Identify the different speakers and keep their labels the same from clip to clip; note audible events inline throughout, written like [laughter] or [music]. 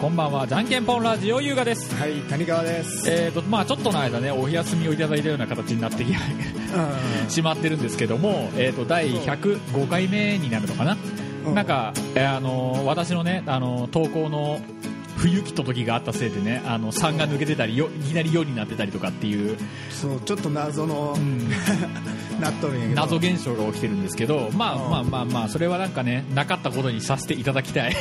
Speaker 1: こんばんはじゃんけんぽんラジオ優雅です
Speaker 2: はい谷川です
Speaker 1: えーとまあ、ちょっとの間ねお休みをいただいたような形になってきしまってるんですけども、えー、と第105回目になるのかな、
Speaker 2: うん
Speaker 1: なんか、えーあのー私のね、あのー投稿の冬切った時があったせいでねあの3が抜けてたりよいきなり4になってたりとかっていう、
Speaker 2: そうちょっと謎の、なっとるんやけど
Speaker 1: 謎現象が起きてるんですけど、まあ、
Speaker 2: うん
Speaker 1: まあまあまあそれはなんかねなかったことにさせていただきたい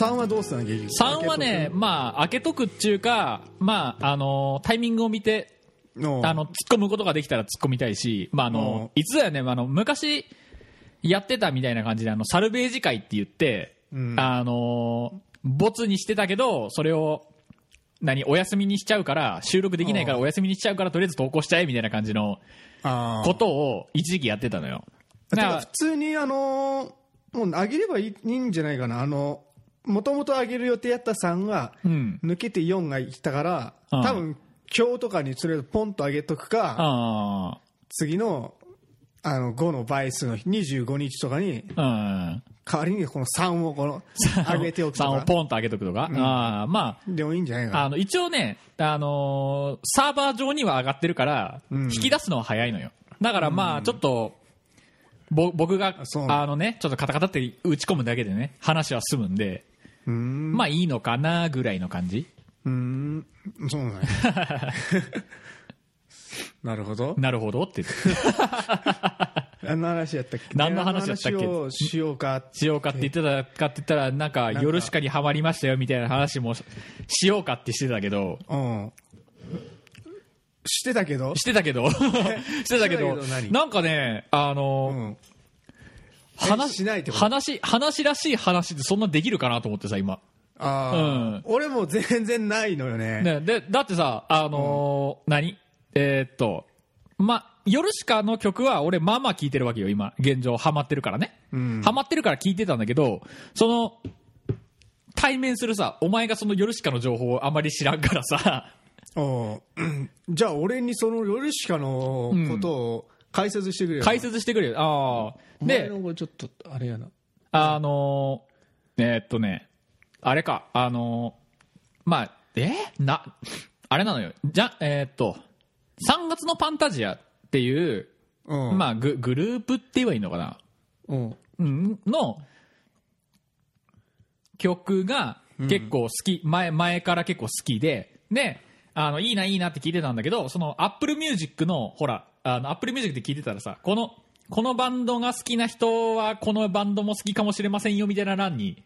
Speaker 2: 3はどうすたの結局
Speaker 1: 3はねまあ開けとくっちゅうか、まああのータイミングを見て
Speaker 2: の
Speaker 1: あの突っ込むことができたら突っ込みたいし、まああのいつだよね、あの昔やってたみたいな感じであのサルベージ会って言って、
Speaker 2: うん
Speaker 1: あのボツにしてたけどそれを何お休みにしちゃうから収録できないからお休みにしちゃうからとりあえず投稿しちゃえみたいな感じの
Speaker 2: あー
Speaker 1: ことを一時期やってたのよ。
Speaker 2: て
Speaker 1: だか
Speaker 2: から普通にあのもう上げればいいいいんじゃないかなあのもともと上げる予定やった3が
Speaker 1: うん
Speaker 2: 抜けて4が来たから、
Speaker 1: うん
Speaker 2: 多分今日とかにそれをポンと上げとくか、
Speaker 1: あ
Speaker 2: 次のあの5の倍数の日25日とかに
Speaker 1: ーうん
Speaker 2: 代わりにこの3をこの上げておくと
Speaker 1: 3を
Speaker 2: か
Speaker 1: ポンと上げとくとか、あーまあ、
Speaker 2: でもいいんじゃないかな
Speaker 1: あの一応ね、あのーサーバー上には上がってるから、
Speaker 2: うん
Speaker 1: 引き出すのは早いのよだからまあちょっと、ぼ僕が
Speaker 2: あそう
Speaker 1: あのねちょっとカタカタって打ち込むだけでね話は済むんで、
Speaker 2: うーん
Speaker 1: まあいいのかなぐらいの感じ
Speaker 2: うーんそ
Speaker 1: [laughs]
Speaker 2: うなんやなるほ
Speaker 1: [laughs]
Speaker 2: ど
Speaker 1: なるほど
Speaker 2: [laughs]
Speaker 1: って
Speaker 2: 何の話やったっけ
Speaker 1: 何の話やったっけ
Speaker 2: 何の話をしようか
Speaker 1: しようかって言ってたかって言ったらなんか「
Speaker 2: なんか
Speaker 1: ヨルシカにはまりましたよ」みたいな話もししようかってしてたけど
Speaker 2: うんしてたけど
Speaker 1: してたけ
Speaker 2: [laughs]
Speaker 1: どしてたけど
Speaker 2: してたけど何
Speaker 1: なんかねあのー
Speaker 2: うん
Speaker 1: 話
Speaker 2: えしないってこと
Speaker 1: 話話らしい話ってそんなできるかなと思ってさ今
Speaker 2: ああ、
Speaker 1: うん
Speaker 2: 俺も全然ないのよね
Speaker 1: ね、でだってさ、あのー何えーっと、ま、ヨルシカの曲は俺、まあまあ聴いてるわけよ、今、現状、ハマってるからね、
Speaker 2: うん
Speaker 1: ハマってるから聴いてたんだけど、その対面するさ、お前がそのヨルシカの情報をあまり知らんからさ、
Speaker 2: おううんじゃあ俺にそのヨルシカのことを解説してくれよ、
Speaker 1: 解説してくれよ、あー
Speaker 2: で
Speaker 1: で、
Speaker 2: ちょっとあれやな
Speaker 1: あのーえーっとね、あれか、あのーまあ、えな、あれなのよ、じゃ、えーっと、3月のファンタジアっていう、
Speaker 2: うん
Speaker 1: まあ、ググループって言えばいいのかな、
Speaker 2: うん
Speaker 1: うん、の曲が結構好き、前前から結構好きでであのいいないいなって聞いてたんだけどそのアップルミュージックのほらあのアップルミュージックで聞いてたらさこのこのバンドが好きな人はこのバンドも好きかもしれませんよみたいな欄に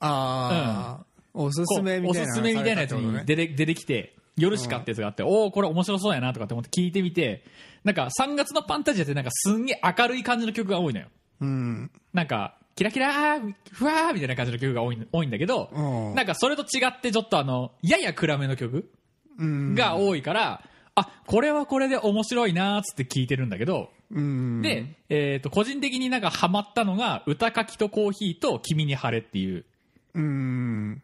Speaker 2: ああ、おすすめみ
Speaker 1: お
Speaker 2: たい
Speaker 1: す
Speaker 2: な
Speaker 1: すめみたいなやつ
Speaker 2: されたってことね
Speaker 1: に出て出てきて「夜しか」ってやつがあって「おおこれ面白そうやな」とかって思って聞いてみてなんか3月のファンタジアってなんかすんげえ明るい感じの曲が多いのよ。
Speaker 2: うん
Speaker 1: なんか、キラキラー、ふわーみたいな感じの曲が多い多いんだけど、
Speaker 2: うん
Speaker 1: なんかそれと違ってちょっとあの、やや暗めの曲
Speaker 2: うん
Speaker 1: が多いから、あ、これはこれで面白いなーっつって聞いてるんだけど、
Speaker 2: うん
Speaker 1: で、えっ、と、個人的になんかハマったのが、歌書きとコーヒーと君に晴れっていう、
Speaker 2: うん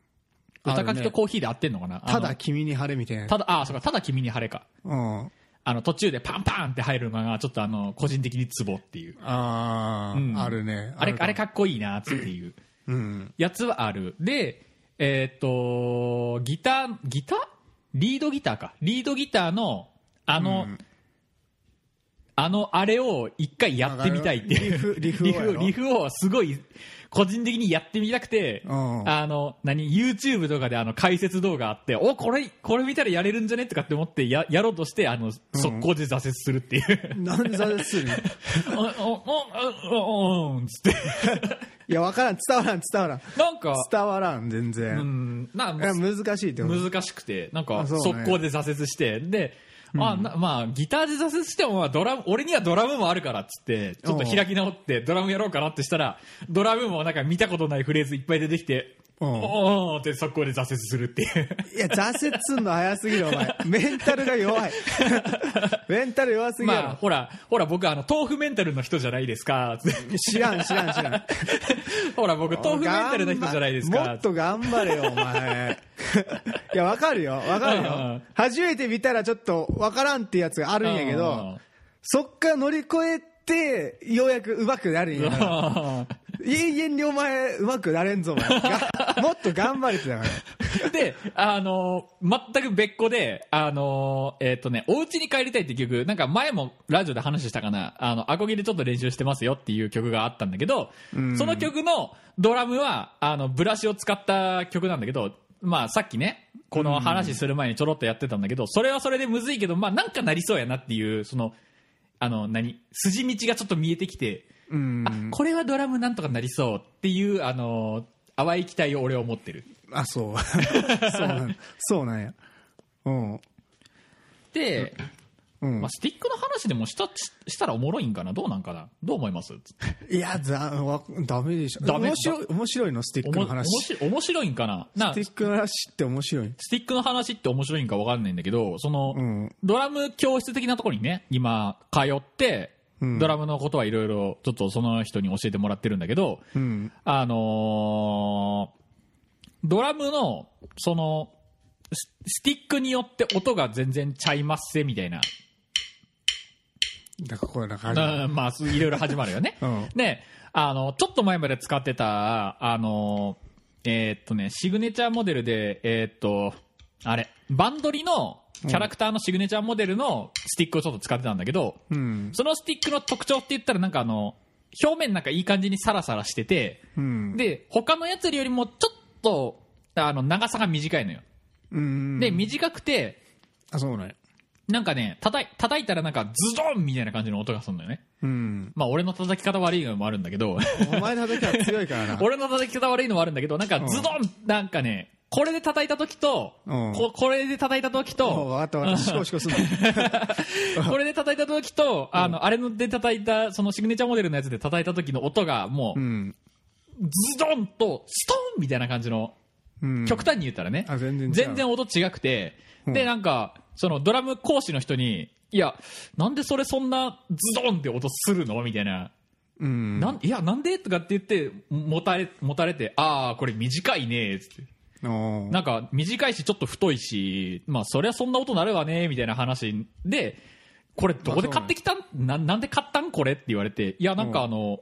Speaker 1: 歌書きと
Speaker 2: こ
Speaker 1: コーヒーで合ってんのかな
Speaker 2: た、
Speaker 1: あ
Speaker 2: だ
Speaker 1: の
Speaker 2: 君に晴れみたいな
Speaker 1: ただ、あ、そうか、ただ君に晴れか。
Speaker 2: うんあ
Speaker 1: あの、途中でパンパンって入るのが、ちょっとあの、個人的にツボっていう。
Speaker 2: あー、
Speaker 1: うん
Speaker 2: あるね
Speaker 1: あれ、あれ
Speaker 2: か
Speaker 1: かっこいいなーっつっていう。
Speaker 2: うん
Speaker 1: やつはある。で、えーっと、ギター、ギターリードギターか。リードギターの、あの、
Speaker 2: うん
Speaker 1: あの、あれを一回やってみたいっていう。
Speaker 2: リフリフを
Speaker 1: リ
Speaker 2: やろ
Speaker 1: フリフをすごい、個人的にやってみたくて、
Speaker 2: うん
Speaker 1: あの、何、YouTube とかであの解説動画あって、お、これ、これ見たらやれるんじゃねとかって思ってや、やろうとして、あの、速攻で挫折するっていう。
Speaker 2: なんで挫
Speaker 1: [laughs]
Speaker 2: 折するの
Speaker 1: お、お、お、お、お、お、つって。
Speaker 2: いやわからん伝わらん伝わらん
Speaker 1: なんか、
Speaker 2: 伝わらん全然、
Speaker 1: うん、なん
Speaker 2: いや難しいってこと
Speaker 1: 難しくてなんか
Speaker 2: あそうね
Speaker 1: 速攻で挫折して、で、あなまあギターで挫折してもまあドラム俺にはドラムもあるからっつってちょっと開き直ってドラムやろうかなってしたらドラムもなんか見たことないフレーズいっぱい出てきて。
Speaker 2: うん
Speaker 1: おーって速攻で挫折するっていう
Speaker 2: いや挫折すんの早すぎるお前メンタルが弱い
Speaker 1: [laughs]
Speaker 2: メンタル弱すぎやろ、
Speaker 1: まあほらほら僕あの豆腐メンタルの人じゃないですかつって
Speaker 2: 知らん知らん知らん
Speaker 1: [laughs] ほら僕豆腐メンタルの人じゃないです
Speaker 2: も
Speaker 1: か [laughs]
Speaker 2: っと頑張れよお前いやわかるよわかる
Speaker 1: うんうん
Speaker 2: よ初めて見たらちょっとわからんってやつがあるんやけ
Speaker 1: うん
Speaker 2: どそっから乗り越えてようやく上手くなるんやから永遠にお前、うまくなれんぞ、
Speaker 1: [laughs]
Speaker 2: お前。がもっと頑張れってだから。
Speaker 1: で、あのー全く別個で、あのーえっ、とね、お家に帰りたいって曲、なんか前もラジオで話したかな、あの、アコギでちょっと練習してますよっていう曲があったんだけど、その曲のドラムは、あの、ブラシを使った曲なんだけど、まあさっきね、この話する前にちょろっとやってたんだけど、それはそれでむずいけど、まあなんかなりそうやなっていう、その、あの、何、筋道がちょっと見えてきて、
Speaker 2: うん。
Speaker 1: あ、これはドラムなんとかなりそうっていう、あのー淡い期待を俺は持ってる。
Speaker 2: あ、そう。 [laughs] そうなんそうなんや。うん。
Speaker 1: で、
Speaker 2: うん
Speaker 1: まあ、。スティックの話でもしたししたらおもろいんかなどうなんかなどう思います
Speaker 2: いや、ざわダメでしょ。
Speaker 1: ダメ
Speaker 2: 面白い、面白いの、スティック
Speaker 1: おも
Speaker 2: の話。
Speaker 1: おもし面白いんかなな
Speaker 2: スティックの話って面白い。
Speaker 1: スティックの話って面白いんか分かんないんだけどその、
Speaker 2: うん。
Speaker 1: ドラム教室的なところにね今通って、
Speaker 2: うん
Speaker 1: ドラムのことはいろいろちょっとその人に教えてもらってるんだけど
Speaker 2: うん。
Speaker 1: あのードラムのそのススティックによって音が全然ちゃいますせみたいな
Speaker 2: だからこういうのがある。
Speaker 1: うんまあそういろいろ始まるよね、
Speaker 2: うん
Speaker 1: であのちょっと前まで使ってたあのえーっとねシグネチャーモデルでえーっとあれバンドリのキャラクターのシグネチャーモデルのスティックをちょっと使ってたんだけど、
Speaker 2: うん。
Speaker 1: そのスティックの特徴って言ったらなんかあの表面なんかいい感じにサラサラしてて
Speaker 2: うん。
Speaker 1: で他のやつよりもちょっとあの長さが短いのよ
Speaker 2: うん。
Speaker 1: で短くて
Speaker 2: あ、そうなんや。
Speaker 1: なんかね叩い叩いたらなんかズドンみたいな感じの音がするんだよね
Speaker 2: うん。
Speaker 1: まあ俺の叩き方悪いのもあるんだけど、
Speaker 2: お前の時は強いからな。
Speaker 1: [laughs] 俺の叩き方悪いのもあるんだけど、なんかズドン、なんかね、これで叩いた時と、
Speaker 2: うん
Speaker 1: ここれで叩いた時
Speaker 2: もう
Speaker 1: と、
Speaker 2: わかったわかった。シコシコすんの。
Speaker 1: [laughs] これで叩いた時と、あの、あれので叩いた、そのシグネチャーモデルのやつで叩いた時の音がもう、
Speaker 2: うん。
Speaker 1: ズドンとストンみたいな感じの、
Speaker 2: うん。
Speaker 1: 極端に言ったらね、
Speaker 2: あ全然違う
Speaker 1: 全然音違くて、で、なんか、そのドラム講師の人に、いや、なんでそれそんなズドンって音するのみたいな。
Speaker 2: うん。
Speaker 1: なんいやなんでとかって言って持たれ持たれてああこれ短いねつって
Speaker 2: おー
Speaker 1: なんか短いしちょっと太いしまあそりゃそんな音なるわねみたいな話でこれどこで買ってきたん、ななんで買ったんこれって言われていやなんかあの、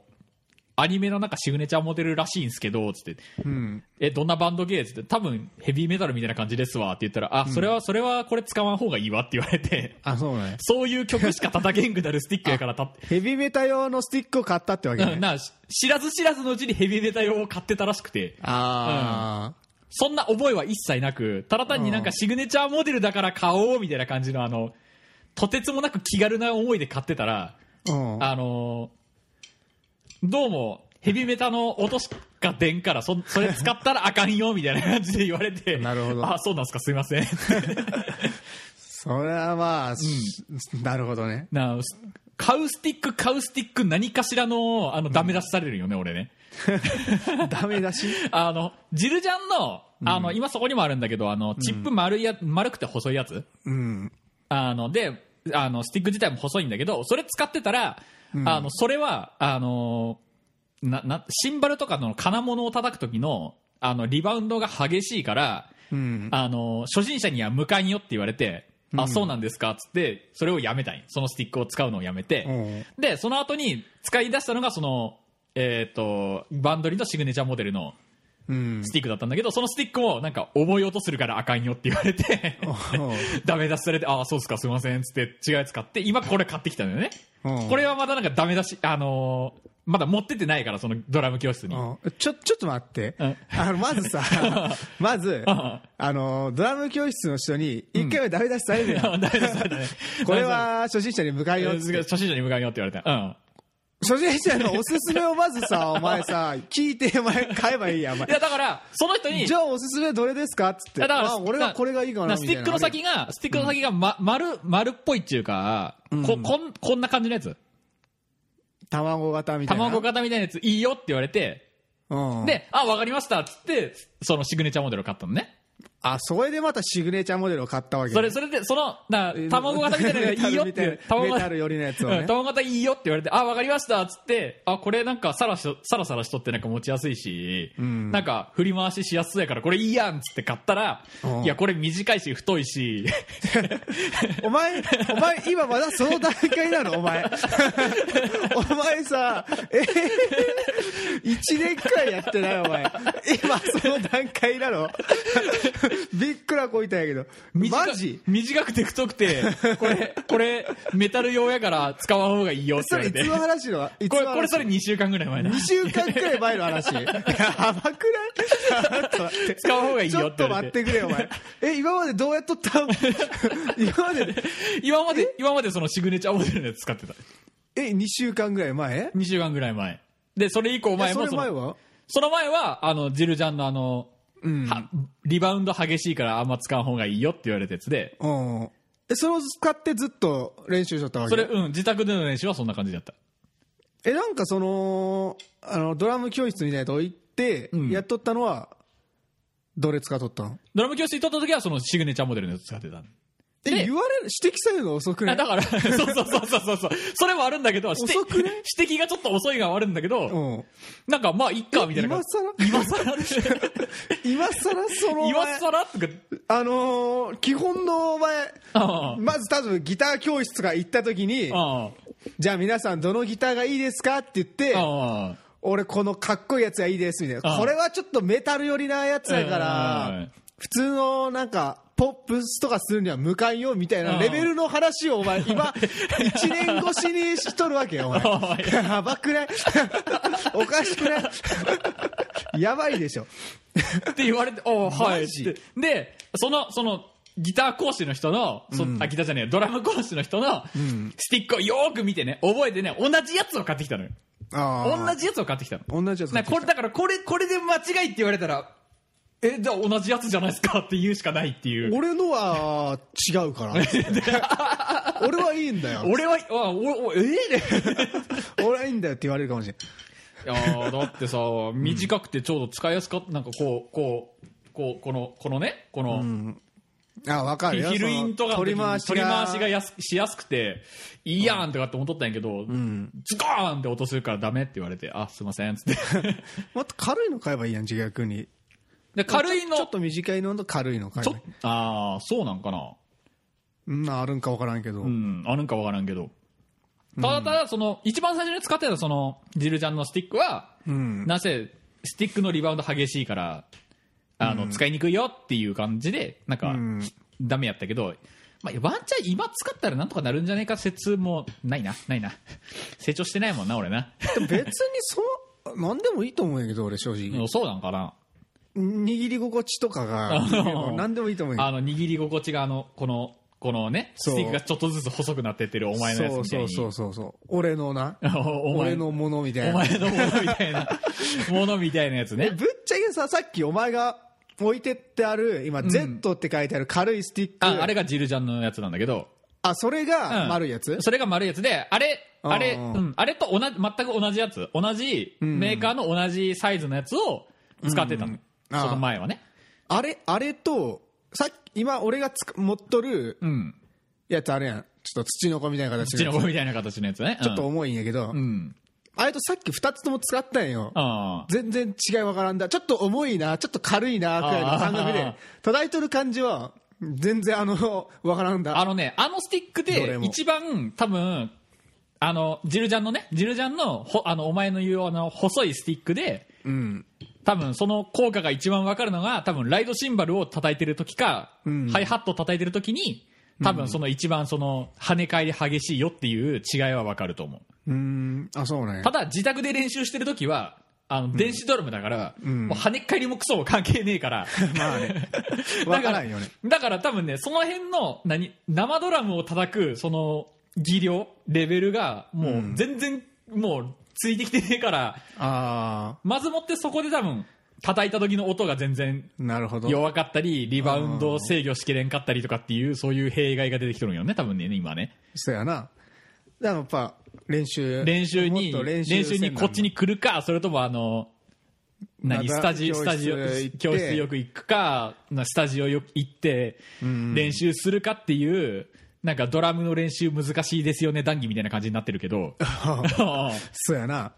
Speaker 1: アニメのなんかシグネチャーモデルらしいんですけどつって
Speaker 2: うん。
Speaker 1: えどんなバンドゲーつって多分ヘビーメタルみたいな感じですわって言ったらあそれは、それはこれ使わん方がいいわって言われて [laughs]
Speaker 2: あ、そうなんや。
Speaker 1: そういう曲しか叩けんくなるスティックや [laughs] からた
Speaker 2: ヘビメタ用のスティックを買ったってわけ
Speaker 1: うん
Speaker 2: ね。
Speaker 1: なし知らず知らずのうちにヘビーメタ用を買ってたらしくて
Speaker 2: あ
Speaker 1: そんな覚えは一切なくただ単になんかシグネチャーモデルだから買おうみたいな感じのあのとてつもなく気軽な思いで買ってたら
Speaker 2: あ。うん。
Speaker 1: あのーどうもヘビメタの音しか出んからそそれ使ったらあかんよみたいな感じで言われて
Speaker 2: [laughs] なるほど
Speaker 1: あそうなんすかすいません [laughs]
Speaker 2: それはまあ、しなるほどね。
Speaker 1: なあす買うスティック買うスティック何かしらのあのダメ出しされるよね、俺ね
Speaker 2: ダメだし。
Speaker 1: あの、ジルジャンの、あの、今そこにもあるんだけど、あの、チップ丸いや、丸くて細いやつ
Speaker 2: [laughs] うん。
Speaker 1: あの、で、あの、スティック自体も細いんだけど、それ使ってたら、あの、それは、あの、な、な、シンバルとかの金物を叩く時の、あの、リバウンドが激しいから、
Speaker 2: うん。
Speaker 1: あの、初心者には向かいによって言われて、あ、そうなんですか、つって、それをやめたい。そのスティックを使うのをやめて、
Speaker 2: うん
Speaker 1: で、その後に使い出したのが、その、えっ、と、バンドリのシグネチャーモデルの、
Speaker 2: [laughs] うん
Speaker 1: ス。ティックだったんだけど、そのスティックもなんか重い音するからあかんよって言われて、
Speaker 2: [laughs]
Speaker 1: [laughs] ダメ出しされて、ああ、そうっすか、すいません、っつって違うやつ買って、今これ買ってきたのよね。
Speaker 2: うん
Speaker 1: これはまだなんかダメ出し、あのーまだ持ってってないから、そのドラム教室に。
Speaker 2: うんちょ、ちょっと待って
Speaker 1: うん。
Speaker 2: あの、ま
Speaker 1: [laughs]
Speaker 2: ずさ、まず、
Speaker 1: うん
Speaker 2: あの、ドラム教室の人に、一回はダメ出しされるや
Speaker 1: [laughs]
Speaker 2: ん。
Speaker 1: ダメ出しされたね。
Speaker 2: [laughs] これは初心者に向かい
Speaker 1: ダ
Speaker 2: よ
Speaker 1: メ
Speaker 2: うっ
Speaker 1: 出
Speaker 2: つ
Speaker 1: しさ
Speaker 2: って
Speaker 1: れた、初心者に向かいよって言われた。うん。
Speaker 2: 初心者のおすすめをまず
Speaker 1: [laughs]
Speaker 2: さ、お前さ、聞いて、お前買えばいいやん、お前
Speaker 1: い。や、だから、その人に、
Speaker 2: じゃあおすすめどれですかっつって。
Speaker 1: いやだから
Speaker 2: あ、俺はこれがいいかな。
Speaker 1: スティックの
Speaker 2: み
Speaker 1: 先が、スティックの先が、ま、丸、丸っぽいっていうか、こ、こん、こんな感じのやつ。
Speaker 2: たいな。卵型みたいな。
Speaker 1: 卵型みたいなやついいよって言われて、
Speaker 2: うん。
Speaker 1: で、あ、わかりましたっつって、そのシグネチャーモデルを買ったのね。
Speaker 2: あそれでまたシグネチャーモデルを買ったわけ
Speaker 1: それ、それで、その、な卵型みたいなのがいいよっていう
Speaker 2: メ、タル
Speaker 1: [laughs] 卵
Speaker 2: メタ
Speaker 1: 型
Speaker 2: ル寄りのやつをね
Speaker 1: うん卵型いいよって言われて、あ、わかりましたっつって、あ、これなんかサラしサラサラしとってなんか持ちやすいし、
Speaker 2: ん
Speaker 1: なんか振り回ししやすそうやからこれいいやんっつって買ったら
Speaker 2: うん、
Speaker 1: いや、これ短いし太い [laughs] し、
Speaker 2: お前、お前、今まだその段階なの
Speaker 1: [laughs]
Speaker 2: お前。お前さ、えー、一年くらいやってないお前。今その段階なのびっくらこいたんやけど。
Speaker 1: 短
Speaker 2: マジ
Speaker 1: 短くて太くて、こ [laughs] れ、これ、メタル用やから使わん方がいいよって
Speaker 2: そ
Speaker 1: 言わ
Speaker 2: れ
Speaker 1: れ
Speaker 2: い
Speaker 1: て
Speaker 2: つ。の話のいつ
Speaker 1: こ
Speaker 2: の
Speaker 1: れ、
Speaker 2: 話
Speaker 1: これそれ2週間ぐらい前だ。
Speaker 2: 2週間くらい前の話。やばくないちょっと待っ
Speaker 1: [laughs]
Speaker 2: て
Speaker 1: 使う方がいい
Speaker 2: ち
Speaker 1: よ
Speaker 2: ょ
Speaker 1: っ
Speaker 2: って
Speaker 1: 言
Speaker 2: と
Speaker 1: わ
Speaker 2: 待
Speaker 1: れ
Speaker 2: ってくれよお前。え、今までどうやっとった
Speaker 1: [laughs]
Speaker 2: 今まで、
Speaker 1: 今まで、今までそのシグネチャーモデルのやつ使ってた。
Speaker 2: え、2週間くらい前
Speaker 1: 2週間ぐらい前。で、それ以降お前
Speaker 2: えそ
Speaker 1: も
Speaker 2: れ
Speaker 1: その
Speaker 2: 前は
Speaker 1: その前は、あの、ジルジャンのあの、
Speaker 2: うん
Speaker 1: はリバウンド激しいからあんま使う方がいいよって言われたやつで、
Speaker 2: うん。え、それを使ってずっと練習しとったわけ
Speaker 1: それ、うん、自宅での練習はそんな感じだった。
Speaker 2: え、なんかその、あの、ドラム教室みたいなとこ行って、
Speaker 1: うん
Speaker 2: やっとったのは、どれ使っとったの
Speaker 1: ドラム教室に撮った時はそのシグネチャーモデルのやつ使ってた。
Speaker 2: え、
Speaker 1: で
Speaker 2: 言われる、指摘されるの遅くな
Speaker 1: あ
Speaker 2: い
Speaker 1: だ
Speaker 2: [laughs]
Speaker 1: から、そうそうそうそうそうそう。それもあるんだけど、指摘
Speaker 2: 遅くね
Speaker 1: 指摘がちょっと遅いがはあるんだけ
Speaker 2: う
Speaker 1: ど、
Speaker 2: ん。
Speaker 1: なんかまあ、いっか、みたいな
Speaker 2: 今
Speaker 1: 感
Speaker 2: さら
Speaker 1: じ。今更で
Speaker 2: 今さらそのお
Speaker 1: [laughs]
Speaker 2: 前、
Speaker 1: 今更とか、
Speaker 2: [laughs] あのー基本のお前、
Speaker 1: ああ
Speaker 2: まず多分ギター教室が行った時に、
Speaker 1: ああ
Speaker 2: じゃあ皆さんどのギターがいいですかって言って、
Speaker 1: ああ。
Speaker 2: 俺このかっこいいやつがいいですみたいな、
Speaker 1: うん
Speaker 2: これはちょっとメタル寄りなやつやか
Speaker 1: う
Speaker 2: ら
Speaker 1: ん、
Speaker 2: 普通のなんか、ポップスとかするには向かんよみたい
Speaker 1: うん
Speaker 2: なレベルの話を
Speaker 1: [laughs]
Speaker 2: お前、今、1年越しにしとるわけよ、お前。やばくない [laughs] おかしくないやばいで [laughs] しょ。
Speaker 1: って言われて、おーはい。
Speaker 2: マジ
Speaker 1: ってで、その、その、ギター講師の人の、そあ、ギターじゃねえ、ドラム講師の人の、スティックをよーく見てね、覚えてね、同じやつを買ってきたのよ。同
Speaker 2: 同
Speaker 1: じやつを買ってきたの。
Speaker 2: 同じやつ
Speaker 1: な
Speaker 2: 買ってきた
Speaker 1: これ、だから、これ、これで間違いって言われたら、え、じゃあ同じやつじゃないですかって言うしかないっていう。
Speaker 2: 俺のは違う
Speaker 1: [laughs]
Speaker 2: から。俺はいいんだよ。
Speaker 1: 俺は、あ、お、 [laughs] お、ええ
Speaker 2: 俺はいいんだよって言われるかもしれない。
Speaker 1: いやーだってさ、短くてちょうど使いやすかった、なんかこう、こう、こう、この、このね、この、
Speaker 2: あ、わかるよ。
Speaker 1: ヒルインとか
Speaker 2: その取り回しが。
Speaker 1: がやすしやすくて、いいやんとかって思っとったんやけど、ズコーンって音するからダメって言われて、あ、すいません、つって。
Speaker 2: もっと軽いの買えばいいやん、自虐に。
Speaker 1: で、軽いの、
Speaker 2: ちょっと短いのと軽いの買え
Speaker 1: ち
Speaker 2: ば
Speaker 1: ょ
Speaker 2: いい。
Speaker 1: ああ、そうなんかな。
Speaker 2: うん、あるんかわからんけど。
Speaker 1: うん、あるんかわからんけど。ただただ、その、一番最初に使ってたその、ジルちゃんのスティックは、
Speaker 2: うん。
Speaker 1: なぜ、スティックのリバウンド激しいから、あの、使いにくいよっていう感じで、なんか
Speaker 2: うん、
Speaker 1: ダメやったけど、まあ、ワンチャン今使ったらなんとかなるんじゃないか説もないな、ない [laughs] な。成長してないもんな、俺な。
Speaker 2: 別にそう、なんでもいいと思うんやけど、俺正直。
Speaker 1: そうなんかな。
Speaker 2: 握り心地とかが、なんでもいいと思うんや
Speaker 1: あの、握り心地が、あの、この、このね、
Speaker 2: そ
Speaker 1: ス
Speaker 2: う
Speaker 1: ティックがちょっとずつ細くなってってるお前の
Speaker 2: け
Speaker 1: や
Speaker 2: ど。
Speaker 1: つ
Speaker 2: そう
Speaker 1: みたい
Speaker 2: そう
Speaker 1: に。
Speaker 2: そうそうそう。俺のな。
Speaker 1: [laughs] お
Speaker 2: 俺
Speaker 1: 前
Speaker 2: のものみたい
Speaker 1: お
Speaker 2: な。
Speaker 1: 前のものみた
Speaker 2: [laughs]
Speaker 1: いな、ものみたいなやつ
Speaker 2: え
Speaker 1: ね。
Speaker 2: ぶっちゃけさ、さっきお前が置いてってある、今、Z って書いてある軽いスティック。
Speaker 1: あ、あれがジルジャンのやつなんだけど、
Speaker 2: あ、それ
Speaker 1: う
Speaker 2: が
Speaker 1: ん
Speaker 2: 丸いやつ、
Speaker 1: それが丸いやつで、あれ、あれ、
Speaker 2: うん
Speaker 1: うん、あれと同じ、全く同じやつ、同じ、メーカーの同じサイズのやつを使ってたの。
Speaker 2: うんあ
Speaker 1: その前はね。
Speaker 2: あれ、あれと、さっき、今俺がつく持っとる
Speaker 1: うん。
Speaker 2: やつあるやん。ちょっと土の子みたいな形
Speaker 1: 土
Speaker 2: で
Speaker 1: の子みたいな形のやつね。
Speaker 2: ちょっと重いんやけど、
Speaker 1: うん。うん。
Speaker 2: あれとさっき2つとも使ったんよ。
Speaker 1: あ
Speaker 2: 全然違いわからんだ。ちょっと重いな、ちょっと軽いな、くらいの感覚
Speaker 1: あ
Speaker 2: で
Speaker 1: ー、
Speaker 2: 叩いとる感じは、全然あの、 [laughs] わからん
Speaker 1: ああ
Speaker 2: だ。
Speaker 1: のね、あのスティック
Speaker 2: ど
Speaker 1: で
Speaker 2: れ、も
Speaker 1: 一番、多分、あの、ジルジャンのね、ジルジャンの、ほあの、お前の言うあの、細いスティックで、
Speaker 2: うん。
Speaker 1: 多分その効果が一番わかるのが多分ライドシンバルを叩いてる時か、
Speaker 2: うん
Speaker 1: ハイハットを叩いてる時に多分その一番その跳ね返り激しいよっていう違いはわかると思う
Speaker 2: うーん、あ、そうね
Speaker 1: た。だ自宅で練習してる時はあの電子ドラムだから、
Speaker 2: ん
Speaker 1: もう跳ね返りもクソも関係ねえから。
Speaker 2: まあね
Speaker 1: [laughs] だ
Speaker 2: [laughs] わか
Speaker 1: からら
Speaker 2: んよね。
Speaker 1: だから多分ねその辺の何生ドラムを叩くその技量レベルがもう全然もうついてきてねえから、
Speaker 2: あ
Speaker 1: まずもってそこで多分叩いた時の音が全然
Speaker 2: ー、なるほど。
Speaker 1: 弱かったりリバウンドを制御しきれんかったりとかっていうそういう弊害が出てきてるんよね多分ね今ね
Speaker 2: そうやな。だからやっぱ、練習。
Speaker 1: 練習に
Speaker 2: もっと
Speaker 1: 練
Speaker 2: 練
Speaker 1: 習
Speaker 2: 習せん
Speaker 1: に
Speaker 2: なん
Speaker 1: こっちに来るかそれともあの何
Speaker 2: ま
Speaker 1: ス
Speaker 2: た
Speaker 1: タジオス
Speaker 2: 教室
Speaker 1: タジオ
Speaker 2: 行って
Speaker 1: 教室よく行くかなスタジオよく行って練習するかっていうなんかドラムの練習難しいですよね談義みたいな感じになってるけ
Speaker 2: [laughs]
Speaker 1: ど
Speaker 2: [laughs] そうやな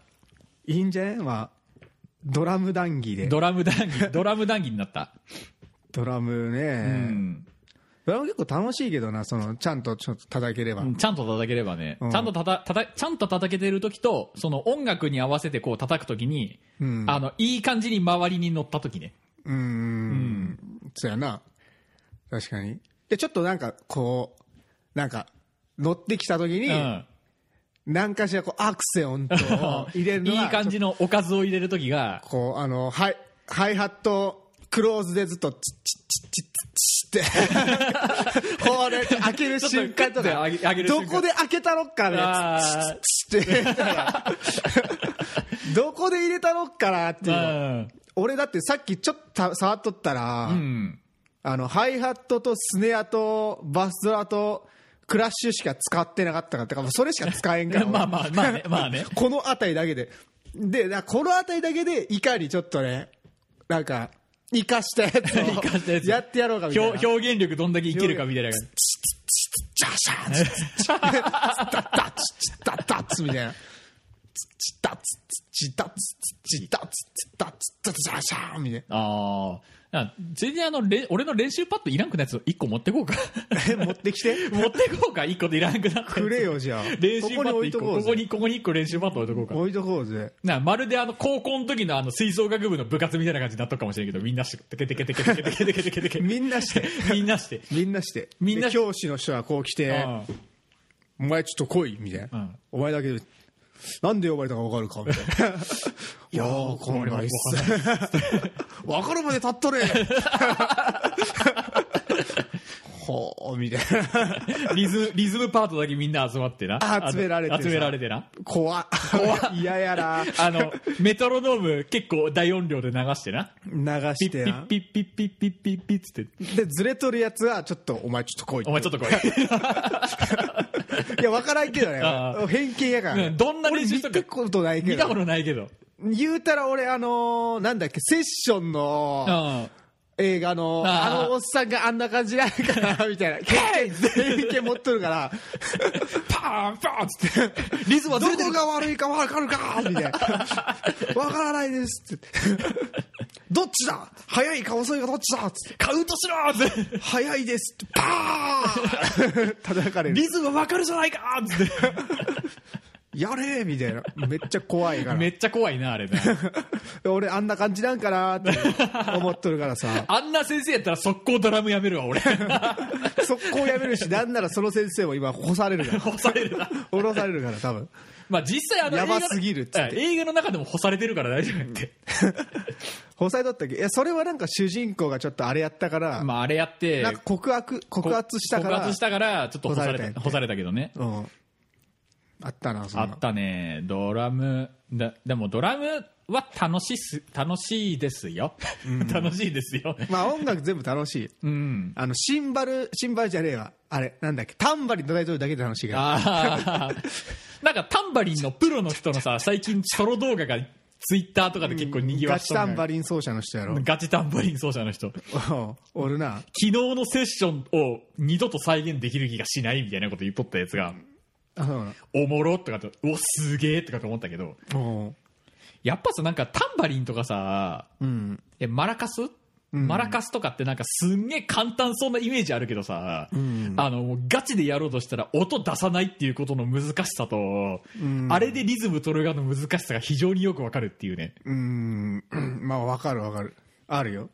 Speaker 2: いいんじゃねまあドラム談義で
Speaker 1: ドラム談義ドラム談義になった、
Speaker 2: ドラムね、
Speaker 1: うん
Speaker 2: ドラム結構楽しいけどなそのちゃんとちょっと叩ければ、
Speaker 1: ちゃんと叩ければね、
Speaker 2: うん
Speaker 1: ちゃんとたたたたちゃんと叩けてる時とその音楽に合わせてこう叩く時に、
Speaker 2: うん
Speaker 1: あのいい感じに周りに乗った時ね
Speaker 2: うーんそうやな確かにでちょっとなんかこうなんか乗ってきた時に、
Speaker 1: うん
Speaker 2: 何かしらこうアクセントを入れるのが
Speaker 1: いい感じのおかずを入れる時が
Speaker 2: こうあのハイハイハットクローズでずっとチッチッチッチッチッってこれ開ける瞬間と
Speaker 1: ちょっと
Speaker 2: か
Speaker 1: グッて上げる瞬
Speaker 2: ど
Speaker 1: 間
Speaker 2: こで開けたろっか
Speaker 1: あ
Speaker 2: なチ
Speaker 1: ー
Speaker 2: ッチッチッチッってどこで入れたろっかなっていうの俺だってさっきちょっとた触っとったら、
Speaker 1: うん
Speaker 2: あのハイハットとスネアとバスドラとクラッシュしか使ってなかったからだからそれしか使えんから
Speaker 1: まあまあ
Speaker 2: [laughs]
Speaker 1: まあねまあね
Speaker 2: この辺りだけででだからこの辺りだけでいかにちょっとねなんか生かしたやつを
Speaker 1: 生かしたやつ
Speaker 2: やってやろうかみたいな
Speaker 1: 表表現力どんだけいけるかみたいな感
Speaker 2: チャシャンチチッタッタッチチッタッタッツみたいなチッタッツチッタッツチッタッツチッタッツチッタッツチャシャンみたいな
Speaker 1: あああついでにあのれ俺の練習パッドいらんくなやつを1個持ってこうか
Speaker 2: え持ってきて
Speaker 1: [laughs] 持ってこうか1個でいらんくなったやつ
Speaker 2: くれよじゃあ
Speaker 1: 練習パッド1個
Speaker 2: ここに置いとこう
Speaker 1: こ
Speaker 2: ぜ
Speaker 1: こにここに1個練習パッド置いとこうか
Speaker 2: 置いとこうぜ
Speaker 1: なまるであの高校の時のあの吹奏楽部の部活みたいな感じになっとくかもしれんけどみんなしてテケテケテケテケテケテケテケテケ
Speaker 2: みん
Speaker 1: [laughs]
Speaker 2: なして
Speaker 1: みんなして
Speaker 2: みんなして
Speaker 1: みんな
Speaker 2: で教師の人がこう来て
Speaker 1: うん
Speaker 2: 「お前ちょっと来い」みたい
Speaker 1: う
Speaker 2: な、
Speaker 1: ん
Speaker 2: お前だけでなんで呼ばれたか分かるかみたい
Speaker 1: [laughs]
Speaker 2: ないやーこれはいっす分かるまで立っとれほーみたいな
Speaker 1: リズムリズムパートだけみんな集まってな
Speaker 2: あ集められて
Speaker 1: あ
Speaker 2: さ
Speaker 1: の集められてな
Speaker 2: 怖っ嫌やな
Speaker 1: あのメトロノーム結構大音量で流してな
Speaker 2: 流して
Speaker 1: ピッ
Speaker 2: な
Speaker 1: ピッピッピッピッピッピッつって
Speaker 2: でずれとるやつはちょっとお前ちょっと来い
Speaker 1: お前ちょっと来
Speaker 2: いや分からんけどね
Speaker 1: あー
Speaker 2: 偏見やからね、
Speaker 1: うんどんな練習とか
Speaker 2: 俺見たことない
Speaker 1: い
Speaker 2: け
Speaker 1: 見た
Speaker 2: ど
Speaker 1: ことないけど
Speaker 2: 言うたら俺あのーなんだっけセッションの
Speaker 1: うん
Speaker 2: 映画の
Speaker 1: あ
Speaker 2: あ
Speaker 1: ー
Speaker 2: のおっさんがあんな感じなんかなみたい [laughs] な「ケイ!」って持っとる [laughs] から
Speaker 1: パーンパーンつって
Speaker 2: 「リズムはどこが悪いか分かるか!」みたい [laughs] な「分からないです」って「どっちだ早いか遅いかどっちだ!」っつって
Speaker 1: カウントしろーっつって
Speaker 2: 「早いです」ってパーン [laughs] 叩かれる
Speaker 1: リズムわかるじゃないかーっつって
Speaker 2: 「やれ!」みたいな [laughs] めっちゃ怖いから
Speaker 1: めっちゃ怖いなあれな
Speaker 2: 俺あんな感じなんかなって思っとるからさ
Speaker 1: あんな先生やったら速攻ドラムやめるわ俺
Speaker 2: [laughs] 速攻やめるしなんならその先生も今干さ
Speaker 1: [laughs]
Speaker 2: れるから
Speaker 1: 干されるな
Speaker 2: 下ろされるから多分
Speaker 1: まあ実際あの映画
Speaker 2: やばすぎるっつって
Speaker 1: うん映画の中でも干されてるから大丈夫やって
Speaker 2: 干されとったけどいやそれはなんか主人公がちょっとあれやったから、
Speaker 1: まああれやって
Speaker 2: なんか告白告発したから
Speaker 1: 告発したからちょっと干され
Speaker 2: 干されたんや
Speaker 1: た
Speaker 2: って
Speaker 1: 干されたけどね
Speaker 2: うん、あったなそん
Speaker 1: あ
Speaker 2: な
Speaker 1: ったねドラムだでもドラムは楽しいっす楽しいですよ、 [laughs] 楽しいです
Speaker 2: [laughs]
Speaker 1: よ
Speaker 2: まあ音楽全部楽しい
Speaker 1: うん
Speaker 2: あのシンバルシンバルじゃねえわあれなんだっけタンバリン叩いとるだけで楽しいから
Speaker 1: あーなんかタンバリンのプロの人のさ最近ソロ動画がツイッターとかで結構にぎわ
Speaker 2: ガ
Speaker 1: っ
Speaker 2: チ
Speaker 1: てた
Speaker 2: タンバリン奏者の人やろ
Speaker 1: ガチタンバリン奏者の人昨
Speaker 2: [laughs] おるな
Speaker 1: 日のセッションを二度と再現できる気がしないみたいなこと言っとったやつが、
Speaker 2: うん
Speaker 1: おもろとかってうおすげえとかと思ったけど
Speaker 2: うん
Speaker 1: やっぱさなんかタンバリンとかさ
Speaker 2: うん
Speaker 1: えマラカス、マラカスとかってなんかすんげえ簡単そうなイメージあるけどさ、
Speaker 2: ん
Speaker 1: あのもうガチでやろうとしたら音出さないっていうことの難しさと、
Speaker 2: ん
Speaker 1: あれでリズム取る側の難しさが非常によくわかるっていうね
Speaker 2: うーん、まあわかるわかる。あるよ。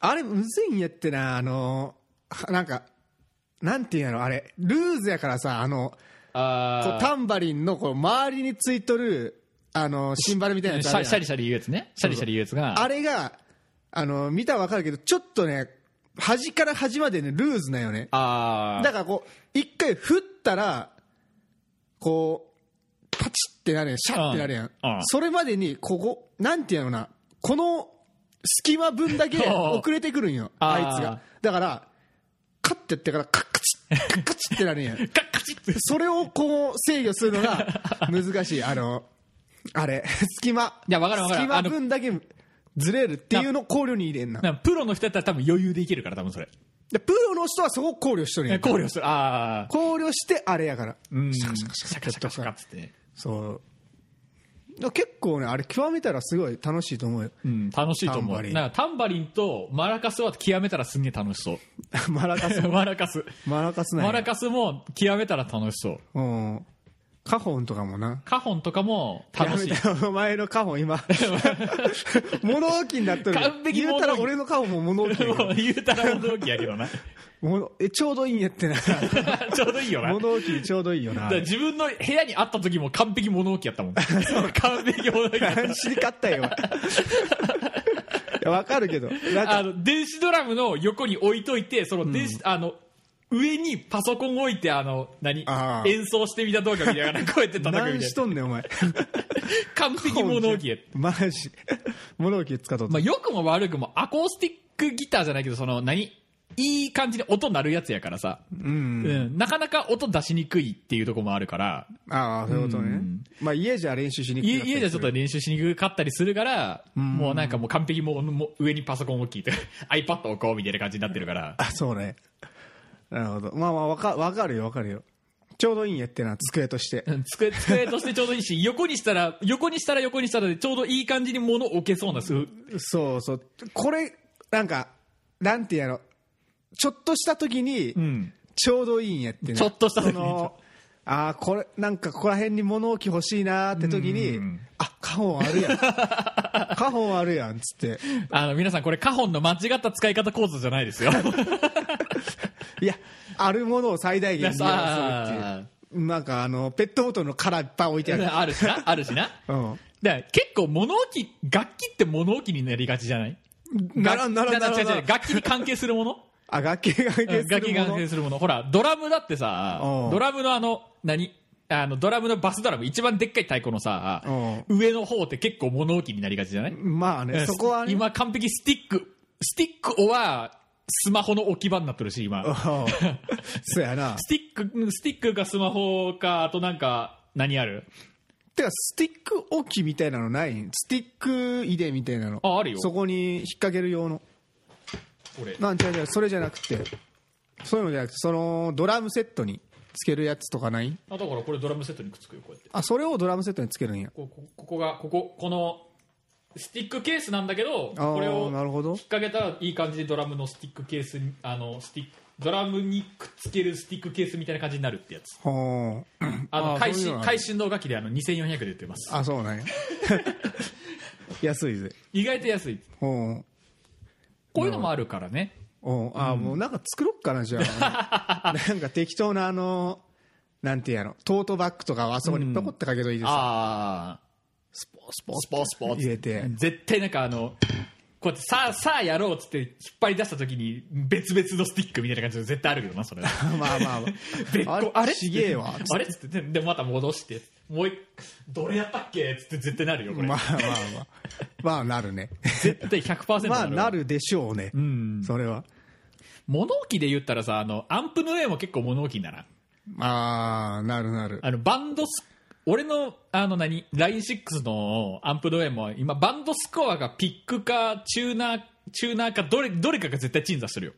Speaker 2: あれ、むずいんやってな、あの、はなんか、なんていうんやろ、あれ、ルーズやからさ、あの、こう
Speaker 1: あ
Speaker 2: タンバリンのこう周りについとる、あの、シンバルみたいなや
Speaker 1: シ
Speaker 2: つあ
Speaker 1: ャ
Speaker 2: る
Speaker 1: シャ
Speaker 2: やん
Speaker 1: リシャリ言うやつねシャリシャリ言うやつが
Speaker 2: あれが、あの、見たらわかるけど、ちょっとね、端から端までね、ルーズなんよね。
Speaker 1: あー
Speaker 2: だからこう、一回振ったら、こう、パチってなるやん、シャってなるやん
Speaker 1: うんうん。
Speaker 2: それまでに、ここ、なんていうのかな、この隙間分だけ
Speaker 1: おう
Speaker 2: 遅れてくるんよ、
Speaker 1: あ
Speaker 2: あ
Speaker 1: ー
Speaker 2: いつが。だから、カッてやってから、カッカチッ、カッカチッってなるんやん。
Speaker 1: カッカチッて
Speaker 2: それをこう制御する
Speaker 1: [laughs]
Speaker 2: のが難しい。あの、あれ、隙間。
Speaker 1: いやわかるわかる
Speaker 2: 隙間分だけずれるっていうのを考慮に入れんな。
Speaker 1: なんかプロの人だったら多分余裕でいけるから、多分それ。
Speaker 2: でプロの人はそこを考慮しとるんやん
Speaker 1: 考慮する。ああ。
Speaker 2: 考慮してあれやから。
Speaker 1: うん。シ
Speaker 2: シ
Speaker 1: ャ
Speaker 2: ャ
Speaker 1: カ
Speaker 2: カ
Speaker 1: シ
Speaker 2: シ
Speaker 1: ャカ
Speaker 2: ャカ
Speaker 1: シ
Speaker 2: シ
Speaker 1: ャカ
Speaker 2: ャカ
Speaker 1: シ
Speaker 2: シ
Speaker 1: ャカシャ
Speaker 2: ャカシャ
Speaker 1: カ
Speaker 2: カ
Speaker 1: っつって。
Speaker 2: そう。だから結構ね、あれ極めたらすごい楽しいと思うよ。
Speaker 1: うん、楽しいと思う。
Speaker 2: タンバリン
Speaker 1: なんかタンバリンとマラカスは極めたらすんげえ楽しそう。
Speaker 2: [laughs] マラカス。
Speaker 1: マラカス。
Speaker 2: マラカスなんや
Speaker 1: マラカスも極めたら楽しそう。
Speaker 2: うん。カホンとかもな。
Speaker 1: カホンとかも楽しい
Speaker 2: や。めてお前のカホ
Speaker 1: [laughs]
Speaker 2: ン今。物置になっとる。
Speaker 1: 完璧
Speaker 2: 言
Speaker 1: 物
Speaker 2: う
Speaker 1: 置
Speaker 2: たら俺のカホンも物置
Speaker 1: [laughs]
Speaker 2: やけ
Speaker 1: も
Speaker 2: ど
Speaker 1: う言うたら驚きやけどな。
Speaker 2: 物えちょうどいいん
Speaker 1: [laughs]
Speaker 2: やってな。
Speaker 1: ちょうどいいよな。
Speaker 2: 物置にちょうどいい
Speaker 1: [laughs]
Speaker 2: よ
Speaker 1: だ
Speaker 2: な
Speaker 1: から。自分の部屋にあった時も完璧物置やったもん。完璧物置やった。
Speaker 2: 監視に勝っ
Speaker 1: [laughs]
Speaker 2: たよ。いや、わかるけど。なん
Speaker 1: あ
Speaker 2: か、
Speaker 1: の、電子ドラムの横に置いといて、その電子、あの、上にパソコン置いて、あの、何
Speaker 2: あー
Speaker 1: 演奏してみた動画見ながら、こうやって叩くみ
Speaker 2: 何
Speaker 1: たい
Speaker 2: し
Speaker 1: な。
Speaker 2: とんねん、お前。 [laughs]
Speaker 1: 完璧物置や。
Speaker 2: マジ。物置使っとった
Speaker 1: まあ、良くも悪くもアコースティックギターじゃないけど、その、何いい感じに音鳴るやつやからさ、
Speaker 2: う
Speaker 1: うん
Speaker 2: ん。
Speaker 1: なかなか音出しにくいっていうところもあるから、
Speaker 2: ああ、そういうこと
Speaker 1: う
Speaker 2: ね
Speaker 1: ん。
Speaker 2: まあ、家じゃ練習しにくい。
Speaker 1: 家家でちょっと練習しにくかったりするから、
Speaker 2: ん
Speaker 1: もうなんかもう完璧もうもう上にパソコンを置いて [laughs] iPad を置こうみたいな感じになってるから
Speaker 2: あ、そうね。なるほど。まあまあ、わか、わかるよ、わかるよ。ちょうどいいんやってな、机として。
Speaker 1: うん机机としてちょうどいい
Speaker 2: [laughs]
Speaker 1: し横にしたら横にしたら横にしたらでちょうどいい感じに物を置けそうなす
Speaker 2: そうそう。これ、なんか、なんてやろ。ちょっとした時に
Speaker 1: う、ん
Speaker 2: ちょうどいいんやってな。
Speaker 1: ちょっとした時に
Speaker 2: そのああ、これ、なんかここら辺に物置欲しいなーって時に
Speaker 1: うん、
Speaker 2: あ、カホンあ
Speaker 1: [laughs]
Speaker 2: るやん。カホンあるやん、つって。
Speaker 1: あの皆さんこれカホンの間違った使い方構造じゃないです
Speaker 2: [laughs]
Speaker 1: よ
Speaker 2: いや、あるものを最大限に利用する
Speaker 1: あ
Speaker 2: っていう。なんかあの、ペットボトルの空いっぱい置いてある。
Speaker 1: あるしなあるしな
Speaker 2: うん。
Speaker 1: だから結構物置楽器って物置になりがちじゃない
Speaker 2: ならんならんならん
Speaker 1: 違う違う違う楽器に関係するもの
Speaker 2: あ、楽器 [laughs] が関係す
Speaker 1: 楽器
Speaker 2: る
Speaker 1: が
Speaker 2: も
Speaker 1: 関
Speaker 2: の
Speaker 1: 係。するものほらドラムだってさ
Speaker 2: うん
Speaker 1: ドラムのあの何あのドラムのバスドラム一番でっかい太鼓のさ
Speaker 2: う
Speaker 1: 上の方って結構物置になりがちじゃない
Speaker 2: まあね、そこはね。
Speaker 1: 今完璧スティックスティックオはスマホの置き場になってるし今 [laughs]
Speaker 2: うんそうやな。
Speaker 1: スティックスティックかスマホかあとなんか何ある
Speaker 2: てか、スティック置きみたいなのないんスティック入れみたいなの。
Speaker 1: ああるよ
Speaker 2: そこに引っ掛ける用の。
Speaker 1: これ
Speaker 2: なんちゃうちゃう、それじゃなくて。そういうのじゃなくて、その、ドラムセットにつけるやつとかない
Speaker 1: あだからこれドラムセットにくっつくよこうやって
Speaker 2: あ、それをドラムセットにつけるんや。
Speaker 1: ここここがこここのスティックケースなんだけど
Speaker 2: あ
Speaker 1: これ
Speaker 2: あ、
Speaker 1: を
Speaker 2: なるほど
Speaker 1: 引っ。掛けたらいい感じでドラムのスティックケースにあのスティックドラムにくっつけるスティックケースみたいな感じになるってやつ
Speaker 2: はあ。
Speaker 1: あの
Speaker 2: あー
Speaker 1: 会
Speaker 2: そういう
Speaker 1: 心
Speaker 2: のある
Speaker 1: 会心の楽器であの2400で売ってます
Speaker 2: あ、そ
Speaker 1: [laughs]
Speaker 2: うなんや。安いぜ。
Speaker 1: 意外と安い
Speaker 2: うん。
Speaker 1: こういうのもあるからね
Speaker 2: うん、あ、もうなんか作ろっかな、じゃ
Speaker 1: [laughs]
Speaker 2: あ。なんか適当な、あの、なんていうやろ、トートバッグとかをあそこにポコってかけといてさ、
Speaker 1: ああ
Speaker 2: スポスポ
Speaker 1: スポースポーツ
Speaker 2: 入れて、
Speaker 1: 絶対なんかあのこうやってさあさあやろうっつって引っ張り出した時に別々のスティックみたいな感じで絶対あるけどなそれ
Speaker 2: ま [laughs] あまあま
Speaker 1: 別
Speaker 2: あ、
Speaker 1: 個
Speaker 2: あ
Speaker 1: あれ
Speaker 2: れちげえわ。
Speaker 1: あれっつってでまた戻してもう一どれやったっけっつって絶対なるよこれ、
Speaker 2: まあ
Speaker 1: [laughs]
Speaker 2: まあまあ、まあなるね。
Speaker 1: 絶対100%
Speaker 2: まあ
Speaker 1: わ
Speaker 2: なるでしょうね、
Speaker 1: ん
Speaker 2: それは。
Speaker 1: 物置で言ったらさあのアンプの上も結構物置にならん
Speaker 2: ああ、なるなる。
Speaker 1: あのバンドス俺のあの何 LINE6 のアンプの上も今バンドスコアがピックかチューナーチューナーかどれどれかが絶対鎮座してるよ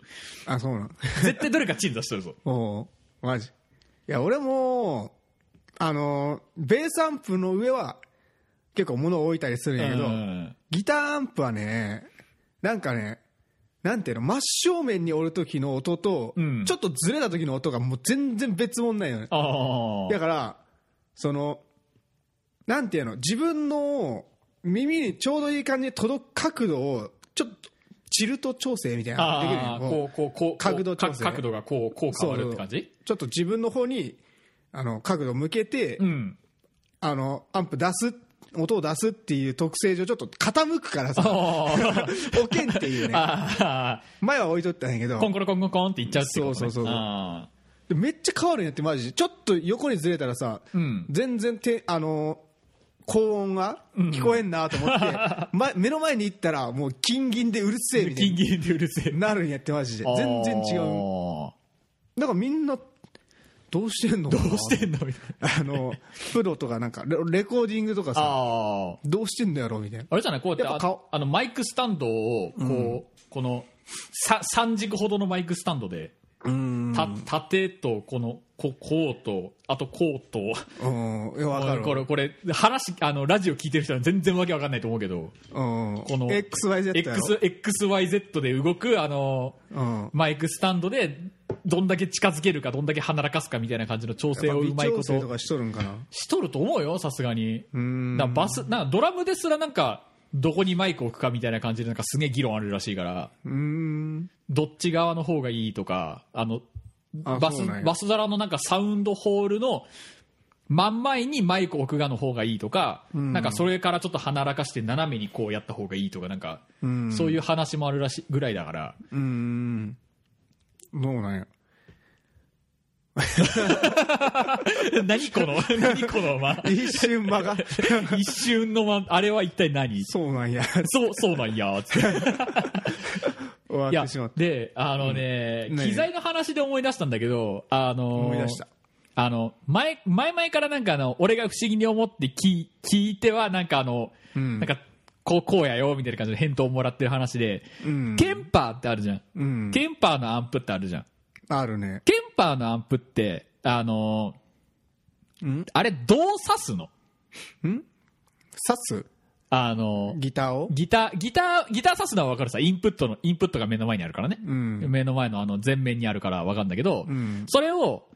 Speaker 2: あ、そうなん。
Speaker 1: [laughs] 絶対どれか鎮座してるぞ
Speaker 2: おうマジ。いや、俺も、あの、ベースアンプの上は結構物を置いたりするんやけど、
Speaker 1: うん
Speaker 2: ギターアンプはね、なんかね、なんていうの、真正面におる時の音と、
Speaker 1: うん
Speaker 2: ちょっとずれた時の音がもう全然別物なんよね。
Speaker 1: あ
Speaker 2: だから、その、なんていうの、自分の耳にちょうどいい感じに届く角度を、ちょっと、チルト調整みたいなのができる
Speaker 1: ああ
Speaker 2: よ
Speaker 1: こうこうこう
Speaker 2: 角度調整
Speaker 1: 角度がこうこう変わるって感
Speaker 2: そう
Speaker 1: じ
Speaker 2: ちょっと自分の方に、あの、角度を向けて、
Speaker 1: うん
Speaker 2: あの、アンプ出す、音を出すっていう特性上、ちょっと傾くからさ、
Speaker 1: あー
Speaker 2: [laughs] おけんっていうね。
Speaker 1: あ
Speaker 2: 前は置いとったんやけど
Speaker 1: ーコンコロコンコンコンっていっちゃうってこと、ね、
Speaker 2: そうそうそうそう
Speaker 1: あ
Speaker 2: でめっちゃ変わるんやってマジでちょっと横にずれたらさ、
Speaker 1: ん
Speaker 2: 全然てあのー高音が聞こえんなと思って、ま目の前に行ったらもうギンギンでうるせえ
Speaker 1: ー
Speaker 2: みたい
Speaker 1: ギンギ
Speaker 2: に
Speaker 1: ンでうるせえ
Speaker 2: なるんやってマジで全然違う
Speaker 1: う
Speaker 2: だからみんなどうしてんの
Speaker 1: どうしてんのみたいな。
Speaker 2: [laughs] あのプロとかなんかレレコーディングとかさ
Speaker 1: ああ。
Speaker 2: どうしてんのやろみたいな
Speaker 1: あれじゃないこうやって
Speaker 2: やっぱ顔
Speaker 1: ああのマイクスタンドをこう、このさ3軸ほどのマイクスタンドで
Speaker 2: うん
Speaker 1: た縦とこのここうとあとこうと
Speaker 2: うんいやわかる
Speaker 1: これこれ話あのラジオ聞いてる人は全然わけわかんないと思うけど
Speaker 2: うん
Speaker 1: この
Speaker 2: XYZ やろ
Speaker 1: X XYZ で動くあの
Speaker 2: うん
Speaker 1: マイクスタンドでどんだけ近づけるかどんだけ離らかすかみたいな感じの調整
Speaker 2: やっ
Speaker 1: を
Speaker 2: ぱ
Speaker 1: う
Speaker 2: 微
Speaker 1: まいこ
Speaker 2: 調整と
Speaker 1: と
Speaker 2: かしとるんかな
Speaker 1: しとると思うよさすがに
Speaker 2: うん
Speaker 1: だからバスなんかドラムですらなんかどこにマイク置くかみたいな感じでなんかすげえ議論あるらしいから
Speaker 2: うん
Speaker 1: どっち側の方がいいとかあの
Speaker 2: あ
Speaker 1: バス
Speaker 2: そうなんや
Speaker 1: バス皿のなんかサウンドホールの真ん前にマイク置く側の方がいいとか、
Speaker 2: ん
Speaker 1: なんかそれからちょっと離らかして斜めにこうやった方がいいとかなんか、
Speaker 2: うん
Speaker 1: そういう話もあるらしいぐらいだ
Speaker 2: [laughs]
Speaker 1: から
Speaker 2: うんどうな
Speaker 1: [laughs]
Speaker 2: んや
Speaker 1: 何この何この、ま、
Speaker 2: 一瞬間が
Speaker 1: [laughs] 一瞬の、ま、あれは一体何
Speaker 2: [laughs] そうなんや
Speaker 1: そうそうなんやつって
Speaker 2: 終わ
Speaker 1: い
Speaker 2: っ
Speaker 1: や
Speaker 2: てしまった
Speaker 1: であのね、
Speaker 2: うん
Speaker 1: 機材の話で思い出したんだけどあの
Speaker 2: 思い出した
Speaker 1: あの前前々からなんかあの俺が不思議に思って聞い聞いてはなんかあの、
Speaker 2: うん
Speaker 1: なんかこうこうやよみたいな感じで返答をもらってる話で、
Speaker 2: うん
Speaker 1: ケンパーってあるじゃん、
Speaker 2: うん
Speaker 1: ケンパーのアンプってあるじゃん
Speaker 2: あるね
Speaker 1: ケンパーのアンプってあの
Speaker 2: ん
Speaker 1: あれどう刺すの
Speaker 2: 刺す
Speaker 1: あの
Speaker 2: ギターを
Speaker 1: ギター、ギター、ギター刺すのは分かるさ。インプットの、インプットが目の前にあるからね。
Speaker 2: ん
Speaker 1: 目の前のあの前面にあるから分かるんだけど、
Speaker 2: ん
Speaker 1: それを、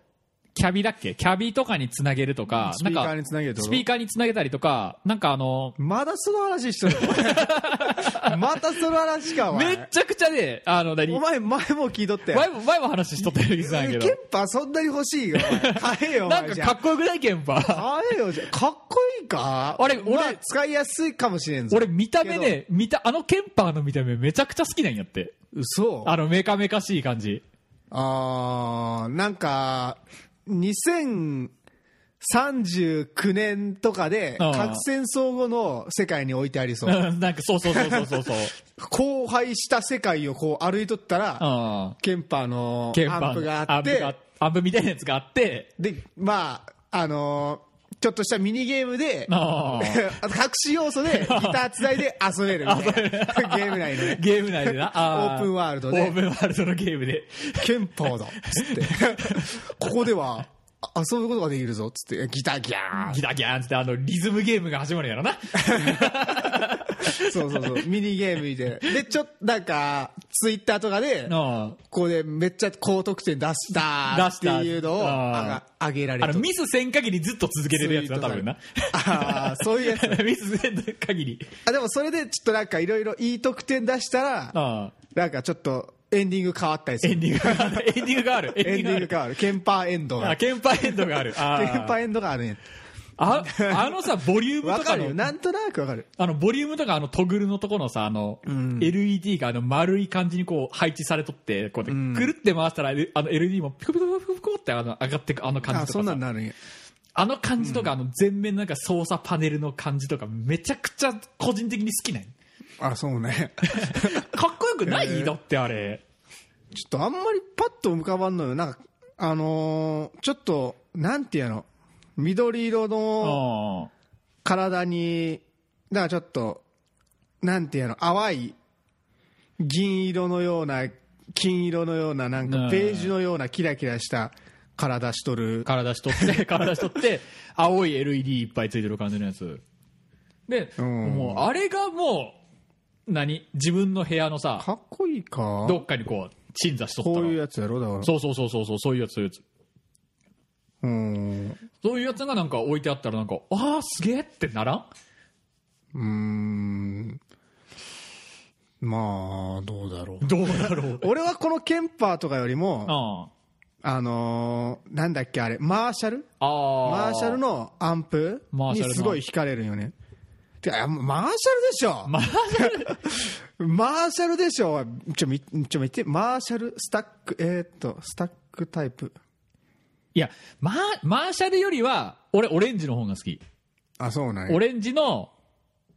Speaker 1: キャビだっけキャビとかにつなげるとか、
Speaker 2: スピーカーにつなげるって
Speaker 1: と
Speaker 2: こ
Speaker 1: ス
Speaker 2: と
Speaker 1: ピーカーにつなげたりとか、なんかあの、
Speaker 2: まだその話してる
Speaker 1: [laughs]
Speaker 2: またその話かお
Speaker 1: め
Speaker 2: 前
Speaker 1: っちゃくちゃね、あの、何
Speaker 2: お前前も聞いとったよ
Speaker 1: 前も、前も話しとったような気がするんだ
Speaker 2: ケ
Speaker 1: け
Speaker 2: ンパそんなに欲しいよお
Speaker 1: [laughs]
Speaker 2: 前買えよ
Speaker 1: ど、
Speaker 2: お
Speaker 1: なん
Speaker 2: 前
Speaker 1: か
Speaker 2: じ
Speaker 1: か
Speaker 2: ゃあ
Speaker 1: っこよくないケンパ。
Speaker 2: 買えよじゃあかっこいいか
Speaker 1: あれ俺
Speaker 2: まあ使いやすいかもしれん
Speaker 1: [laughs]
Speaker 2: ぞ
Speaker 1: 俺見た目ね、見た、あのケンパーの見た目めちゃくちゃ好きなんやって。
Speaker 2: 嘘
Speaker 1: あのメカメカしい感じ。 [laughs]
Speaker 2: あーなんか2039年とかで
Speaker 1: あー
Speaker 2: 核戦争後の世界に置いてあり [laughs] そう
Speaker 1: なんかそうそうそうそうそう
Speaker 2: [laughs]
Speaker 1: そう。
Speaker 2: 荒廃した世界をこう歩いとったら
Speaker 1: うん。
Speaker 2: ケンパの
Speaker 1: 鍵盤
Speaker 2: アンプがあ
Speaker 1: ア
Speaker 2: っ
Speaker 1: ンプ
Speaker 2: て
Speaker 1: がアンプみたいなやつがあって
Speaker 2: でまああのーちょっとしたミニゲームであ
Speaker 1: あ
Speaker 2: と
Speaker 1: ー
Speaker 2: [laughs] 隠し要素でギターつないで [laughs] 遊べるみたいなゲーム内のね
Speaker 1: ゲーム内でなあ
Speaker 2: オープンワールド
Speaker 1: で
Speaker 2: で
Speaker 1: オープンワールドのゲームで
Speaker 2: 憲法だっつ [laughs] ってここではあ遊ぶことができるぞっつってギターギャー
Speaker 1: ギタギャーンってあのリズムゲームが始まるん
Speaker 2: [laughs]
Speaker 1: やろな
Speaker 2: そうそうそうミニゲームみたいなでちょっとなんかツイッターとかで
Speaker 1: あ
Speaker 2: ここでめっちゃ高得点出したーっていうのを
Speaker 1: 出したー
Speaker 2: あが上げら
Speaker 1: ー
Speaker 2: れ
Speaker 1: あの
Speaker 2: る
Speaker 1: ミスせん限りずっと続けれるやつだ多分な
Speaker 2: あーそういうやつ [laughs]
Speaker 1: ミスせん限り
Speaker 2: あでもそれでちょっとなんかいろいろいい得点出したら
Speaker 1: あ
Speaker 2: なんかちょっとエンディング変わったりす
Speaker 1: ーエ
Speaker 2: る。
Speaker 1: ンディングがあるエンディングがある
Speaker 2: [laughs] エンディング変わる。ケンパーエンド
Speaker 1: あ
Speaker 2: が。ケ
Speaker 1: ケンパーエンドがあるあー
Speaker 2: ンパーエンドがあるね。
Speaker 1: ああのさボリューム
Speaker 2: わ
Speaker 1: と
Speaker 2: か
Speaker 1: か
Speaker 2: るよ。
Speaker 1: の
Speaker 2: なんとなくわかる。
Speaker 1: あのボリュームとかあのトグルのとこのさあの、LED があの丸い感じにこう配置されとってこうやってくるって回したら、あの LED もピコピコピコピコってあの上がってくあの感じ
Speaker 2: あ、
Speaker 1: と
Speaker 2: そ
Speaker 1: か
Speaker 2: んな
Speaker 1: さ
Speaker 2: んなるんや。
Speaker 1: あの感じとか、あの全面なんか操作パネルの感じとかめちゃくちゃ個人的に好きなんよ
Speaker 2: あ、そうね。
Speaker 1: かっこよくない、
Speaker 2: えー
Speaker 1: だってあれ
Speaker 2: ちょっとあんまりパッと浮かばんのよ。なんか、あのーちょっと、なんていうの。緑色の
Speaker 1: あ
Speaker 2: 体に、なんかちょっと、なんていうの、淡い銀色のような、金色のような、なん
Speaker 1: うん
Speaker 2: かベージュのようなキラキラした体しとる。
Speaker 1: 体しとって [laughs] 体しとって青い LED いっぱいついてる感じのやつで、
Speaker 2: うん
Speaker 1: もうあれがもう何自分の部屋のさ
Speaker 2: かっこいいか。
Speaker 1: どっかにこう鎮座しとった
Speaker 2: こう
Speaker 1: の
Speaker 2: いうやつやろだから。
Speaker 1: そうそうそうそうそうそういうやつそういうやつ
Speaker 2: うん。
Speaker 1: そういうやつがなんか置いてあったらなんかああすげえってならん
Speaker 2: うーん。まあ、どうだろう。
Speaker 1: どうだろう
Speaker 2: 俺はこのケンパーとかよりも、
Speaker 1: あ
Speaker 2: あのーなんだっけあれ、マーシャル
Speaker 1: ああ
Speaker 2: マーシャルのアンプ
Speaker 1: マーシャルの
Speaker 2: にすごい惹かれるよね。てか、マーシャル
Speaker 1: マーシャル
Speaker 2: でしょ [laughs] マーシャルでしょちょ、み、ちょ、見て、マーシャル、スタック、えーっと、スタックタイプ。
Speaker 1: いや、マーマーシャルよりは、俺、オレンジの方が好き。
Speaker 2: あ、そうなんや
Speaker 1: オレンジの、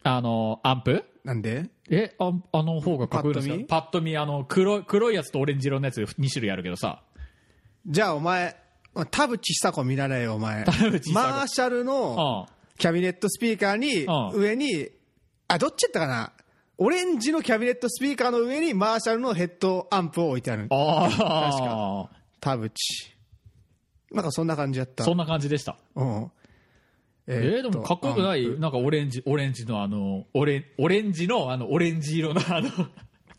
Speaker 1: あの、アンプ
Speaker 2: なんで
Speaker 1: え、ああの方がかっこいいですかパッと見、あの、黒い、黒いやつとオレンジ色のやつ2種類あるけどさ。
Speaker 2: じゃあお前、田淵久子見られよお前マ
Speaker 1: 淵久子
Speaker 2: ーシャルのキャビネットスピーカーに
Speaker 1: うん
Speaker 2: 上にあどっちやったかなオレンジのキャビネットスピーカーの上にマーシャルのヘッドアンプを置いてある
Speaker 1: あ
Speaker 2: 確
Speaker 1: あ
Speaker 2: 田淵なんかそんな感じやった
Speaker 1: そんな感じでした
Speaker 2: うん
Speaker 1: え
Speaker 2: ー
Speaker 1: ーでもかっこよくな
Speaker 2: アン
Speaker 1: い
Speaker 2: プ
Speaker 1: なんかオレンジオレンジのあのオレンオレンジのあのオレンジ色のあの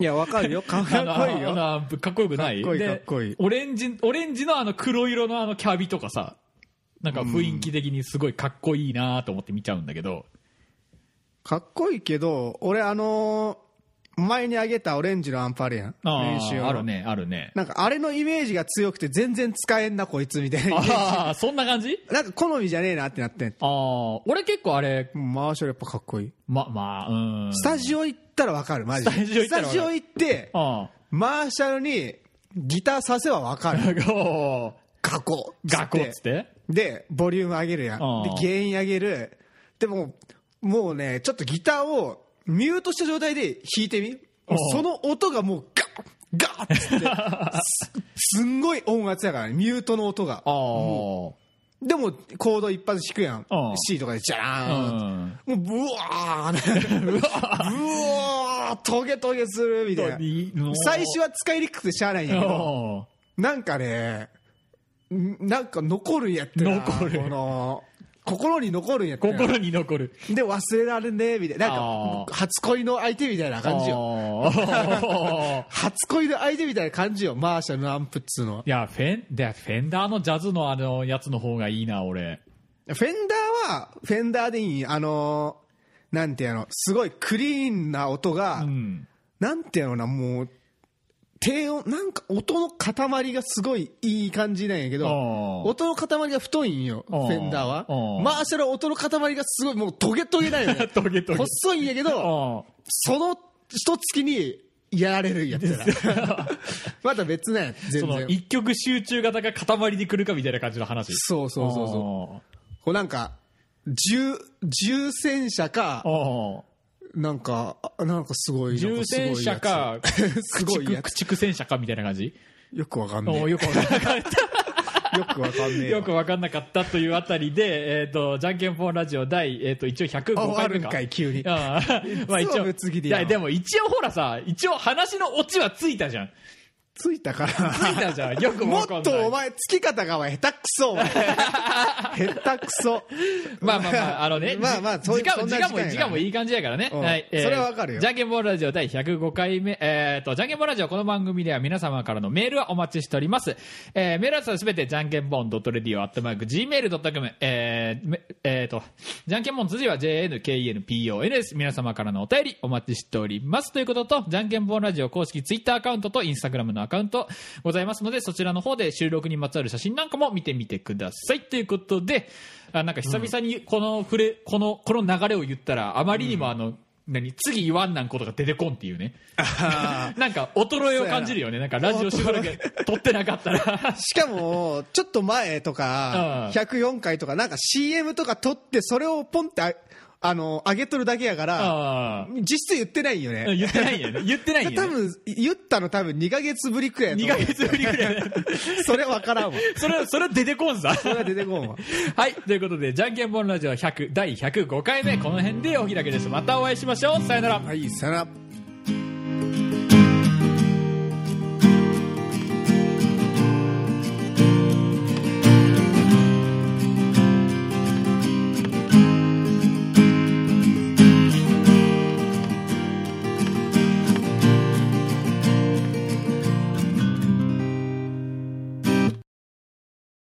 Speaker 2: いやわかる
Speaker 1: [laughs]
Speaker 2: よかっこ
Speaker 1: あの
Speaker 2: い
Speaker 1: あ
Speaker 2: いよ
Speaker 1: のあのかっこよくない
Speaker 2: かっこいい
Speaker 1: で
Speaker 2: かっこいい
Speaker 1: オレンジオレンジのあの黒色のあのキャビとかさなんか雰囲気的にすごいかっこいいなと思って見ちゃうんだけど
Speaker 2: かっこいいけど俺あのー前にあげたオレンジのアンプあるやん
Speaker 1: あー
Speaker 2: 練習用
Speaker 1: あるねある
Speaker 2: [laughs]
Speaker 1: ね
Speaker 2: なんかあれのイメージが強くて全然使えんなこいつみたいな
Speaker 1: ああそんな感じ
Speaker 2: なんか好みじゃねえなってなってん
Speaker 1: ああ俺結構あれ
Speaker 2: マーシャルやっぱかっこいい
Speaker 1: ままあうん
Speaker 2: スタジオ行ったらわかるマジ
Speaker 1: スタ
Speaker 2: で
Speaker 1: ジオ行ったらわかる
Speaker 2: スタジオ行って
Speaker 1: あ
Speaker 2: マーシャルにギターさせばわか
Speaker 1: あ
Speaker 2: る
Speaker 1: [laughs] 学
Speaker 2: ガコッ
Speaker 1: 校っつって
Speaker 2: でボリューム上げるやんで
Speaker 1: うん
Speaker 2: 原因上げるでももうねちょっとギターをミュートした状態で弾いてみ
Speaker 1: うん
Speaker 2: その音がもうガッガッつ [laughs] ってすすんごい音圧やからねミュートの音が
Speaker 1: ああ
Speaker 2: でもコード一発弾くやん
Speaker 1: うん
Speaker 2: C とかでジャーンって
Speaker 1: う
Speaker 2: [laughs] もうブワーブワートゲトゲするみたいな最初
Speaker 1: は
Speaker 2: は使いにくくてしゃあないんやけどなんかねんなんか残るんやってな
Speaker 1: 残る
Speaker 2: この心に残るんやってな
Speaker 1: 心に残る
Speaker 2: で忘れられねえみたいななん
Speaker 1: あ
Speaker 2: か初恋の相手みたいな感じよ
Speaker 1: あー
Speaker 2: 初恋の相手みたいな感じよマーシャルのアンプっつうのはい
Speaker 1: やフェンでフェンダーのジャズのあのやつの方がいいな俺
Speaker 2: フェンダーはフェンダーでいいあのーなんていうのすごいクリーンな音が、
Speaker 1: うん
Speaker 2: なんていうのかなもう低音なんか音の塊がすごいいい感じなんやけど
Speaker 1: お
Speaker 2: 音の塊が太いんよフ
Speaker 1: うん
Speaker 2: ェンダーは
Speaker 1: うん
Speaker 2: マーシャルは音の塊がすごいもうトゲトゲなんよね
Speaker 1: [laughs] トゲトゲ
Speaker 2: 細いんやけ
Speaker 1: あ
Speaker 2: どその一月にやられるんやったら [laughs] また別なんや
Speaker 1: ーそ
Speaker 2: 全
Speaker 1: の
Speaker 2: 然
Speaker 1: 一曲集中型が塊で来るかみたいな感じの話
Speaker 2: そうそうそうそう
Speaker 1: そ
Speaker 2: こうなんか重重戦車か
Speaker 1: うあ
Speaker 2: なんかあなんかすごい
Speaker 1: ー重戦車か
Speaker 2: [laughs] すごいやつすごい
Speaker 1: 駆
Speaker 2: や
Speaker 1: 逐戦車かみたいな感じ
Speaker 2: つよくわかんね
Speaker 1: お
Speaker 2: え
Speaker 1: ー
Speaker 2: よ
Speaker 1: よくわかんなかった
Speaker 2: くわかんねえわ
Speaker 1: [laughs] よくわかんなかったというあたりで、えっ、と、じゃんけんぽんラジオ第、えっ、と、一応105回目か。
Speaker 2: あ終わるんかい急に
Speaker 1: ああ
Speaker 2: [laughs]
Speaker 1: まあ
Speaker 2: いつ
Speaker 1: 一
Speaker 2: も
Speaker 1: 応。
Speaker 2: ぶつ切り
Speaker 1: い
Speaker 2: やな
Speaker 1: や、でも一応ほらさ、一応話のオチはついたじ
Speaker 2: [laughs]
Speaker 1: ゃん。
Speaker 2: ついたか
Speaker 1: つ
Speaker 2: ら
Speaker 1: いたじゃん。よくも
Speaker 2: も
Speaker 1: わ
Speaker 2: っ
Speaker 1: かんない
Speaker 2: とお前、つき方がお前下手くそ、お
Speaker 1: [laughs]
Speaker 2: 前下手くそ。
Speaker 1: まあまあまあ、あのね
Speaker 2: [laughs] 、まあまあ、そう
Speaker 1: 時間
Speaker 2: そ
Speaker 1: も、
Speaker 2: ん
Speaker 1: 時間も、
Speaker 2: なやから
Speaker 1: 時間もいい感じやからね。
Speaker 2: うん
Speaker 1: はい。
Speaker 2: それはわかるよ
Speaker 1: じゃんけんぽんラジオ第105回目、えっ、と、じゃんけんぽんラジオ、この番組では皆様からのメールはお待ちしております。えー、メールはすべて、じゃんけんぽん .radio.gmail.com、えー、めえーと、じゃんけんぽん辻は jnknpon です。皆様からのお便りお待ちしております。ということと、じゃんけんぽんラジオ公式ツイッターアカウントとインスタグラムのアカウントございますので、そちらの方で収録にまつわる写真なんかも見てみてください。ということで、あなんか久々にこの触れ、この、この流れを言ったら、あまりにもあの、何次言わんなんことが出てこんっていうね。なんか衰えを感じるよね。なんかラジオしばらく撮ってなかった
Speaker 2: [laughs]
Speaker 1: ら。
Speaker 2: しかも、ちょっと前とか、
Speaker 1: うん
Speaker 2: 104回とか、なんか CM とか撮って、それをポンってあ、あの、上げとるだけやから、
Speaker 1: ああ。
Speaker 2: 実質言ってないよね。
Speaker 1: 言ってないよね。言ってないよね。
Speaker 2: 多分、言ったの多分2ヶ月ぶりくらい
Speaker 1: 2
Speaker 2: や
Speaker 1: ヶ
Speaker 2: と思う
Speaker 1: 月ぶりぐらい。
Speaker 2: それわからんわ。
Speaker 1: [laughs] それ、それ出てこんさ。
Speaker 2: それは出てこんわ。
Speaker 1: はい。ということで、じゃんけんぽんラジオ100、第105回目、この辺でお開きです。またお会いしましょう。さよなら。
Speaker 2: はい、さよなら。